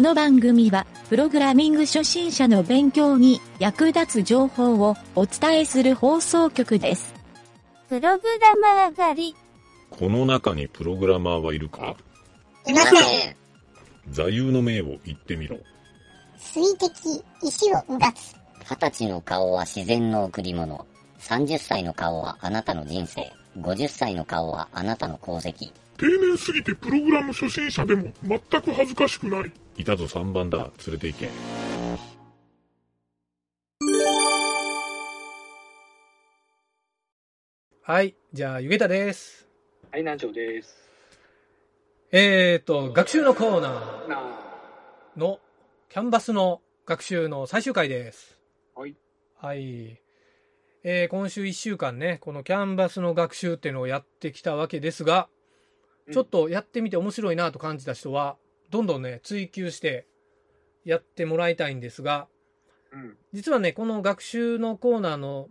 の番組は、プログラミング初心者の勉強に役立つ情報をお伝えする放送局です。プログラマー狩り。この中にプログラマーはいるかいません。座右の銘を言ってみろ。水滴、石をうがつ。二十歳の顔は自然の贈り物。30歳の顔はあなたの人生。50歳の顔はあなたの功績。定年すぎてプログラム初心者でも全く恥ずかしくない。いたぞ3番だ。連れて行け。はい。じゃあ、ゆげたです。はい、南條です。えーと、学習のコーナなあ、ーのキャンバスの学習の最終回です。はい。はい。えー今週1週間ね、このキャンバスの学習っていうのをやってきたわけですが、うんちょっとやってみて面白いなと感じた人は、どんどんね、追求してやってもらいたいんですが、うん。実はねこの学習のコーナーの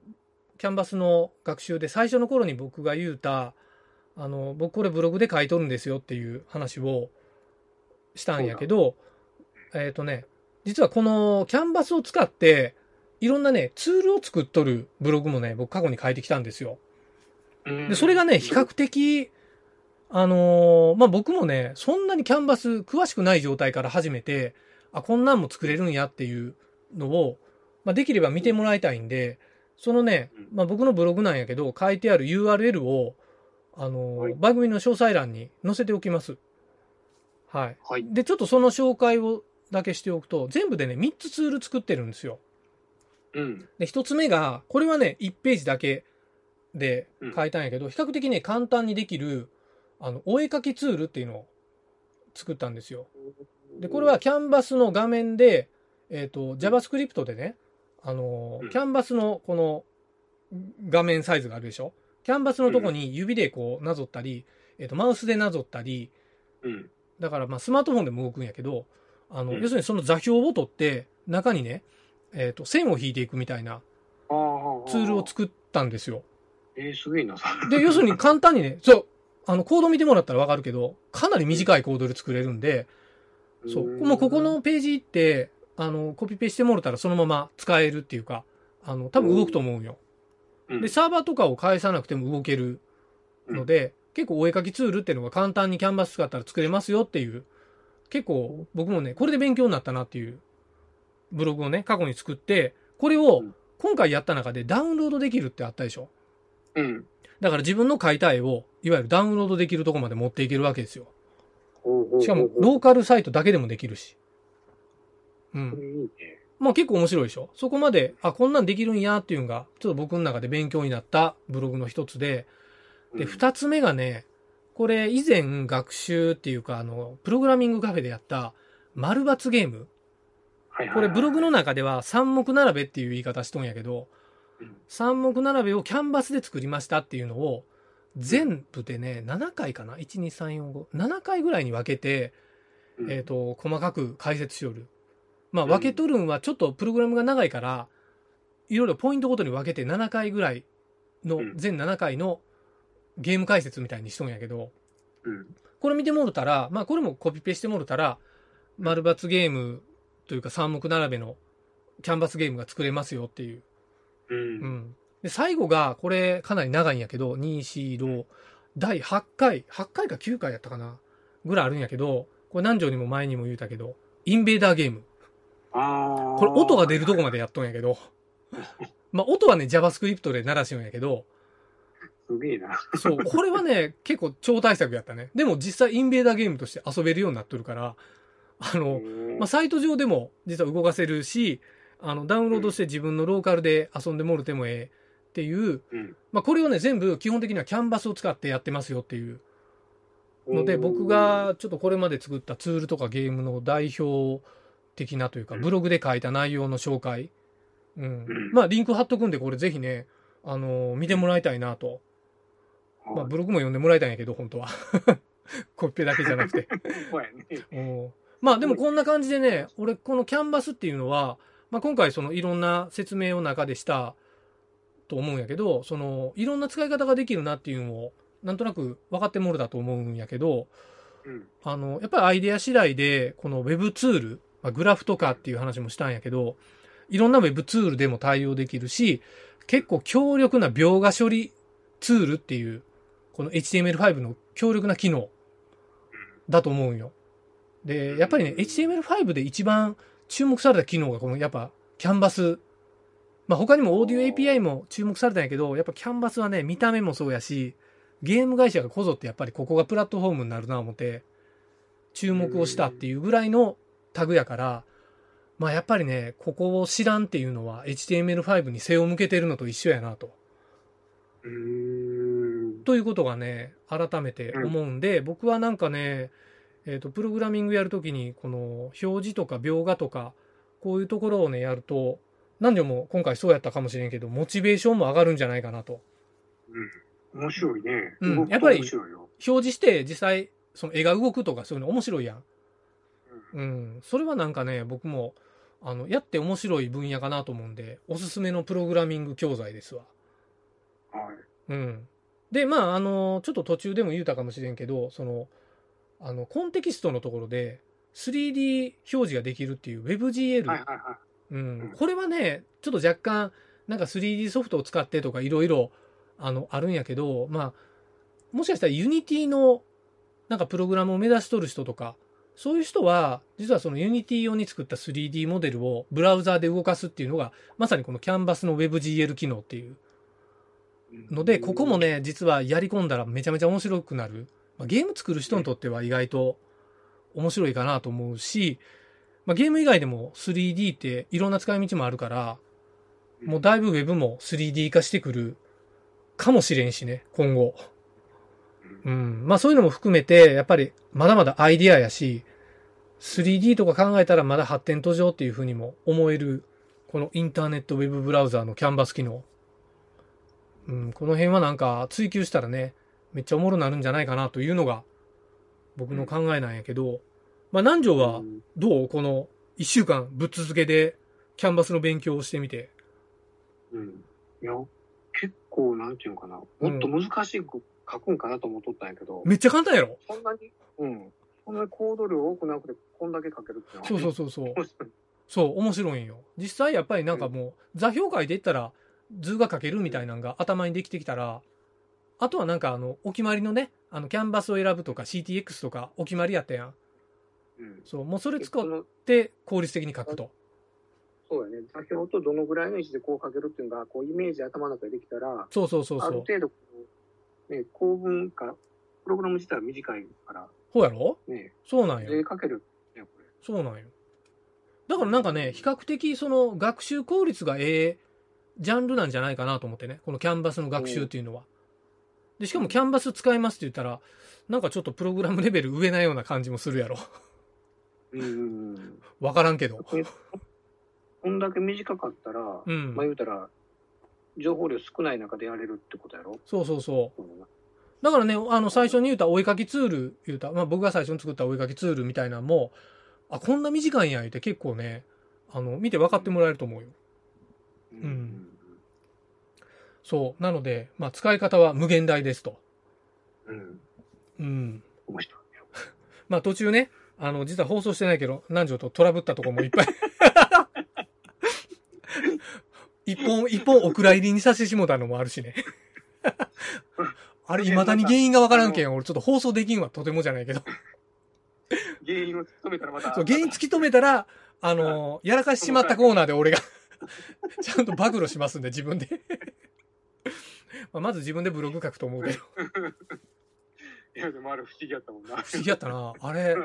キャンバスの学習で最初の頃に僕が言うたあの僕これブログで書いとるんですよっていう話をしたんやけどえっ、とね実はこのキャンバスを使っていろんなねツールを作っとるブログもね僕過去に書いてきたんですよ。うんでそれがね比較的あのーまあ僕もねそんなにキャンバス詳しくない状態から始めてあこんなんも作れるんやっていうのを、まあ、できれば見てもらいたいんでそのねうん、まあ、僕のブログなんやけど書いてある URL を、あのーはい番組の詳細欄に載せておきます。はい、はい。でちょっとその紹介をだけしておくと全部でね3つツール作ってるんですよ。うん。で、一つ目が、これはね、1ページだけで書いたんやけど、比較的ね、簡単にできる、あの、お絵かきツールっていうのを作ったんですよ。で、これは、キャンバスの画面で、えっ、と、JavaScript でね、あのーうんキャンバスのこの画面サイズがあるでしょキャンバスのとこに指でこうなぞったり、えっ、と、マウスでなぞったり、うん。だからまあスマートフォンでも動くんやけど、あの、うん要するにその座標を取って、中にね、えっ、と、線を引いていくみたいなあーツールを作ったんですよ。えー、すげえな、さで、要するに簡単にね、 そう、あの、コード見てもらったらわかるけど、かなり短いコードで作れるんで、そう、もうここ、のページ行って、あの、コピペしてもらったらそのまま使えるっていうか、あの、多分動くと思うんよ。うんで、サーバーとかを返さなくても動けるので、結構お絵かきツールっていうのが簡単にキャンバス使ったら作れますよっていう、結構僕もね、これで勉強になったなっていうブログをね、過去に作って、これをうん今回やった中でダウンロードできるってあったでしょ。うん。だから自分の描いた絵を、いわゆるダウンロードできるとこまで持っていけるわけですよ。しかも、ローカルサイトだけでもできるし。う。うんん、いいね。まあ結構面白いでしょ。そこまで、あ、こんなんできるんやっていうのが、ちょっと僕の中で勉強になったブログの一つで、で、うん、二つ目がね、これ以前学習っていうか、あの、プログラミングカフェでやった、丸抜ゲーム。はいはいこれブログの中では三目並べっていう言い方しとんやけどうん、三目並べをキャンバスで作りましたっていうのを、全部でね、7回かな ?1、2、3、4、5。7回ぐらいに分けて、えっ、、と、細かく解説しよる。まあ、うん分けとるんはちょっとプログラムが長いから、いろいろポイントごとに分けて7回ぐらいのうん、全7回のゲーム解説みたいにしとんやけど、うん。これ見てもろたら、まあこれもコピペしてもろたら、丸抜ゲームというか三目並べのキャンバスゲームが作れますよっていう。う。うんん。で、最後が、これかなり長いんやけど、2、4、6、第8回、8回か9回やったかなぐらいあるんやけど、これ何条にも前にも言うたけど、インベーダーゲーム。ああ。これ音が出るとこまでやっとんや けど、まあ音はね JavaScript で鳴らしよんやけど、すげえな。 そう、これはね、結構超大作やったね。でも実際インベーダーゲームとして遊べるようになっとるから、あの、まあ、サイト上でも実は動かせるし、あの、ダウンロードして自分のローカルで遊んでもろてもええっていう、うんまあ、これをね、全部基本的にはキャンバスを使ってやってますよっていうので、僕、がちょっとこれまで作ったツールとかゲームの代表的なというか、うんブログで書いた内容の紹介。うんう。んまあ、リンク貼っとくんで、これぜひね、あのー見てもらいたいなと。まあ、ブログも読んでもらいたいんやけど、本当は。 コピペだけじゃなくて。そうやね。おまあでもこんな感じでね、俺このキャンバスっていうのは、まあ今回そのいろんな説明を中でしたと思うんやけど、そのいろんな使い方ができるなっていうのをなんとなく分かってもらだと思うんやけど、うん。あの、やっぱりアイデア次第で、この Web ツール、まあ、グラフとかっていう話もしたんやけど、いろんな Web ツールでも対応できるし、結構強力な描画処理ツールっていう、この HTML5 の強力な機能だと思うんよ。で、やっぱりね、HTML5 で一番注目された機能が、このやっぱ、キャンバス。まあ、他にもオーディオ API も注目されたんやけど、やっぱキャンバスはね、見た目もそうやし、ゲーム会社がこぞってやっぱりここがプラットフォームになるな思って、注目をしたっていうぐらいのタグやから、まあやっぱりね、ここを知らんっていうのは HTML5 に背を向けてるのと一緒やなと。うーん。ということがね、改めて思うんで、僕はなんかね、えっ、と、プログラミングやるときに、この表示とか描画とか、こういうところをね、やると、何でも今回そうやったかもしれんけど、モチベーションも上がるんじゃないかなと。面白いね。うん動くとやっぱり面白いよ。表示して実際、その絵が動くとかそういうの面白いやん。ううん、それはなんかね、僕も、あの、やって面白い分野かなと思うんで、おすすめのプログラミング教材ですわ。はい。うん。で、まあ、あの、ちょっと途中でも言うたかもしれんけど、その、あの、コンテキストのところで、3D 表示ができるっていう WebGL。はいはいはうん、これはね、ちょっと若干、なんか 3D ソフトを使ってとかいろいろ、あの、あるんやけど、まあ、もしかしたら Unity の、なんかプログラムを目指しとる人とか、そういう人は、実はその Unity 用に作った 3D モデルをブラウザーで動かすっていうのが、まさにこのキャンバスの WebGL 機能っていうい。ので、ここもね、実はやり込んだらめちゃめちゃ面白くなる。まあ、ゲーム作る人にとっては意外と面白いかなと思うし、まあ、ゲーム以外でも 3D っていろんな使い道もあるから、うん、もうだいぶウェブも 3D 化してくるかもしれんしね、今後。うん。まあそういうのも含めて、やっぱりまだまだアイディアやし、3D とか考えたらまだ発展途上っていうふうにも思える、このインターネットウェブブラウザーのキャンバス機能。うん、この辺はなんか追求したらね、めっちゃおもろなるんじゃないかなというのが、僕の考えなんやけど、まあ南條はうんどうこの一週間ぶっ続けでキャンバスの勉強をしてみて。うん。いや、結構、なんていうのかな。もっと難しいく書くんかなと思っとったんやけど、めっちゃ簡単やろそんなに、うん。そんなに行動量多くなくて、こんだけ書けるってのは。そうそうそうそう。面白い。そう、面白いんよ。実際やっぱりなんかもう、座標界で言ったら、図が書けるみたいなのが頭にできてきたら、あとはなんかあの、お決まりのね、あの、キャンバスを選ぶとか CTX とかお決まりやったやん。うん。そう、もうそれ使そっのて効率的に書くと。そうだね。座標とどのぐらいの位置でこう書けるっていうのが、こう、イメージ頭の中でできたら、そうそうそうそあるう。程度こう、ね、構文か、プログラム自体は短いから、ほうやろね、そうなんよで。書けるよね、これ。そうなんよ。だからなんかね、比較的その学習効率がええジャンルなんじゃないかなと思ってね。このキャンバスの学習っていうのは。で、しかもキャンバス使いますって言ったら、なんかちょっとプログラムレベル上なような感じもするやろ。 うんうんわからんけど。うん。こんだけ短かったら、うんまあ言うたら、情報量少ない中でやれるってことやろそうそうそう。このだからね、あの、最初に言うた追いかけツール、言うた、まあ僕が最初に作った追いかけツールみたいなのも、あ、こんな短いんや、言うて結構ね、あの、見て分かってもらえると思うよ。うんそう。なので、まあ使い方は無限大ですと。うん。うん。面白い。まあ途中ね、あの、実は放送してないけど、南條とトラブったとこもいっぱい。一本、一本お蔵入りにさせてしもたのもあるしね。あれ、未だに原因がわからんけん、俺ちょっと放送できんわ、とてもじゃないけど。原因を突き止めたらまた。そう、原因突き止めたら、あの、やらかしてしまったコーナーで 俺が、ちゃんと暴露しますんで、自分で。まあまず自分でブログ書くと思うけど。いや、でもあれ不思議やったもんな。 不思議やったな。あれ、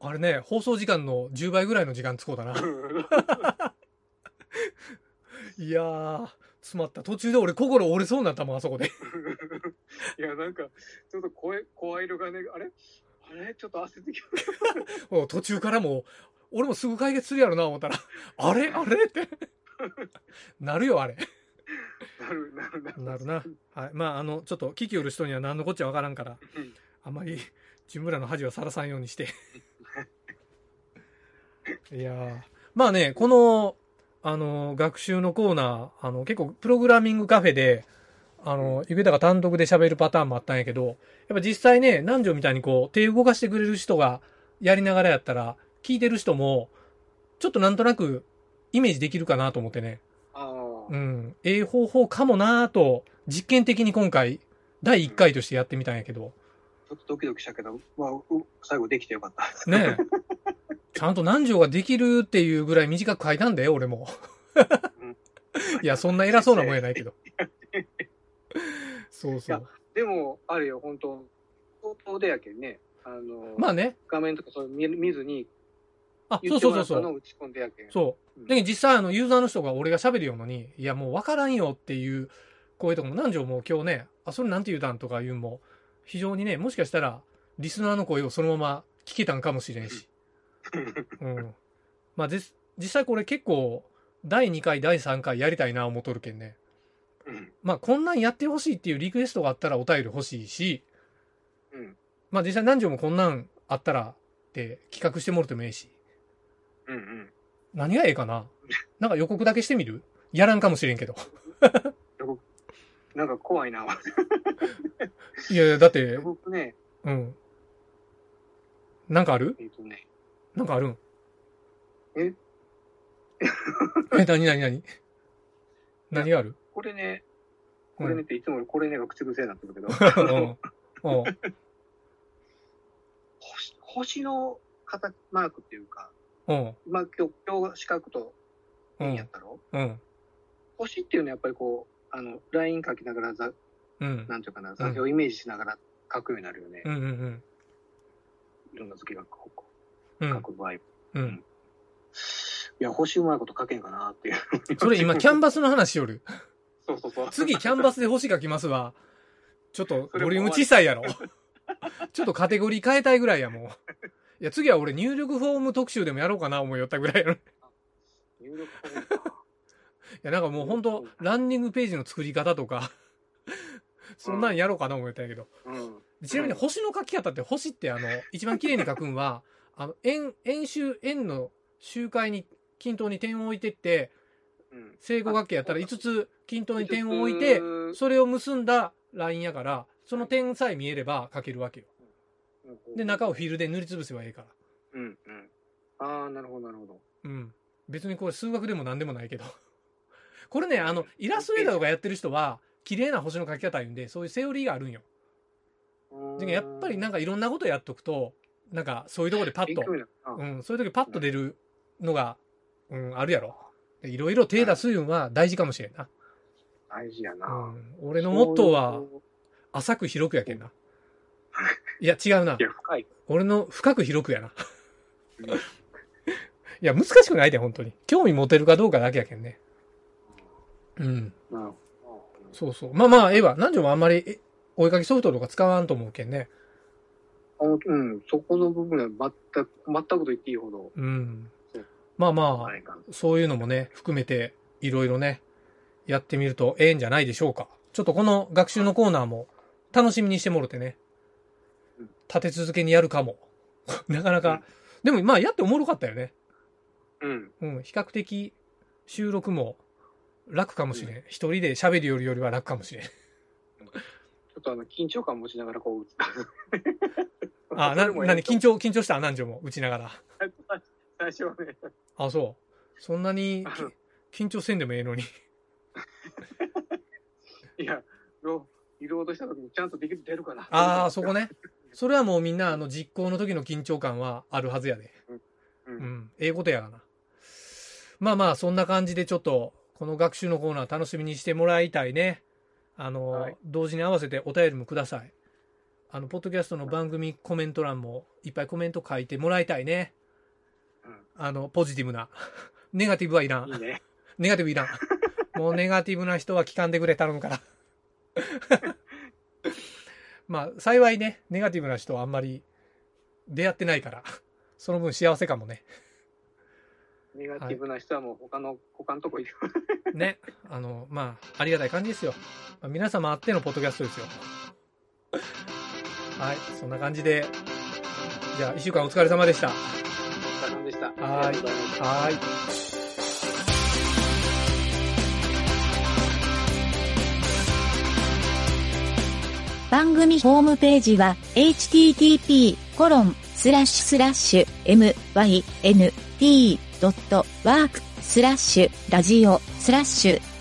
あれね、放送時間の10倍ぐらいの時間つこうだな。うん いやー、詰まった。途中で俺心折れそうになったもん、あそこで。 いや、なんか、ちょっと声、声色がね、あれあれちょっと焦ってきた。もう途中からもう、俺もすぐ解決するやろな、思ったら、あれあれって。 なるよ、あれ。なる、なる、なる。なるな。はい。まあ、あの、ちょっと、聞きよる人には何のこっちゃわからんからうん、あんまり、ジムラの恥はさらさんように して。いやー。まあね、この、あの、学習のコーナー、あの、結構、プログラミングカフェで、あの、ゆげたが単独で喋るパターンもあったんやけど、やっぱ実際ね、南條みたいにこう、手動かしてくれる人がやりながらやったら、聞いてる人も、ちょっとなんとなくイメージできるかなと思ってね。ああ、うん。ええ方法かもなぁと、実験的に今回、第1回としてやってみたんやけど、ちょっとドキドキしたけど、まあ、う最後できてよかった。ねえ。 ちゃんと南條ができるっていうぐらい短く書いたんだよ、俺も。 いや、そんな偉そうなもんや ないけど。そうそう。でも、あれよ、本当相当でやけんね。あの、まあね。画面とかそう見見ずに、あ、そ言うってそうもそらうったそのをう。打ち込んでやけん。そうう。んで、実際、あの、ユーザーの人が俺が喋るようのに、いや、もう分からんよっていう声とかも、何条もう今日ね、あ、それなんて言うたんとかいうのも、非常にね、もしかしたら、リスナーの声をそのまま聞けたんかもしれんし。うん。まあ、ぜ実際これ結構、第2回、第3回やりたいな、思っとるけんね。うん。まあ、こんなんやってほしいっていうリクエストがあったらお便り欲しいし、うん。まあ、実際何条もこんなんあったらって企画してもろてもええし。うんうん。何がええかななんか予告だけしてみるやらんかもしれんけど。なんか怖いな。いやいや、だって、僕ね、うん。なんかあるえっ、とね、なんかあるんえ え、なになになに何があるこれね、これねっていつもこれねが口癖になってるけど、 うんうん星星の形マークっていうか、うんまあ今日、今日四角とう円やっんたろ、うん星っていうのはやっぱりこう、あの、ライン書きながらざ、うんなんていうかな、座標をイメージしながら書くようになるよね。うんうんいろんな図形がこうう書んく場合。いうんや、星うまいこと書けんかなっていう。それ今キャンバスの話しよる そうそうそう。次キャンバスで星書きますわちょっとボリューム小さいやろちょっとカテゴリー変えたいぐらいやもういや次は俺入力フォーム特集でもやろうかな思いよったぐらいやろ入力フォームかいや、なんかもう本当ランニングページの作り方とか、そんなんやろうかな思ったんやけど。うん。ちなみに星の書き方って、星ってあの、一番綺麗に書くんは、あの、円、円周、円の周回に均等に点を置いてって、うん。正五角形やったら5つ均等に点を置いて、それを結んだラインやから、その点さえ見えれば書けるわけよ。で、中をフィルで塗りつぶせばええから。うんうん。ああ、なるほど、なるほど。うん。別にこれ数学でも何でもないけど。 これね、あの、イラストレーターとかやってる人は、綺麗な星の描き方言うんで、そういうセオリーがあるんよ。うーでんやっぱりなんかいろんなことやっとくと、なんかそういうとこでパッ勉と、強になるなうん、そういう時パッと出るのが、うん、あるやろ。でいろいろ手出すいうんは大事かもしれんな。大事やうな。ん、俺のモットーはそういう、。浅く広くやけんな。いや、違うないや、深い。俺の深く広くやな うん。いや、難しくないで、本当に。興味持てるかどうかだけやけんね。うん。なるほどそうそう。まあまあ、ええわ。南條もあんまりえお絵かきソフトとか使わんと思うけんね。あのうん、そこの部分は全く、全くと言っていいほど、うん。まあまああ、れかな。そういうのもね、含めて、いろいろね、やってみるとええんじゃないでしょうか。ちょっとこの学習のコーナーも楽しみにしてもろてねうん。立て続けにやるかも。 なかなか。でもまあ、やっておもろかったよね。うん。うん。比較的、収録も楽かもしれん。一人で喋るよりよりは楽かもしれん。ちょっとあの、緊張感持ちながらこう打つ。 あ、な、なに、緊張張、緊張した南條も、打ちながら。最初はね、あ、そう。そんなにき緊張せんでもええのに。いや、ろリロードした時にちゃんとできる、出るかな。ああ、そこね。それはもうみんな、あの、実行の時の緊張感はあるはずやで。う。うんん。ええことやがな。まあまあ、そんな感じでちょっと、この学習のコーナー楽しみにしてもらいたいね。あの、はい同時に合わせてお便りもください。あの、ポッドキャストの番組コメント欄もいっぱいコメント書いてもらいたいね。あの、ポジティブな。 ネガティブはいらんうん。い。いね。ネガティブいらん。もうネガティブな人は聞かんでくれ、頼むから。 まあ、幸いね、ネガティブな人はあんまり出会ってないから、その分幸せかもね。ネガティブな人はもう他の、他のとこ行く。ね。あの、まあ、ありがたい感じですよ。まあ皆様あってのポッドキャストですよ。はい、そんな感じで、じゃあ、一週間お疲れ様でした。大変でした。はいありがとうございます。はい。番組ホームページは http://myn.t.world/.radio/. コロンスラッシュスラッシュ MYNT.work スラッシュラジオスラッシュ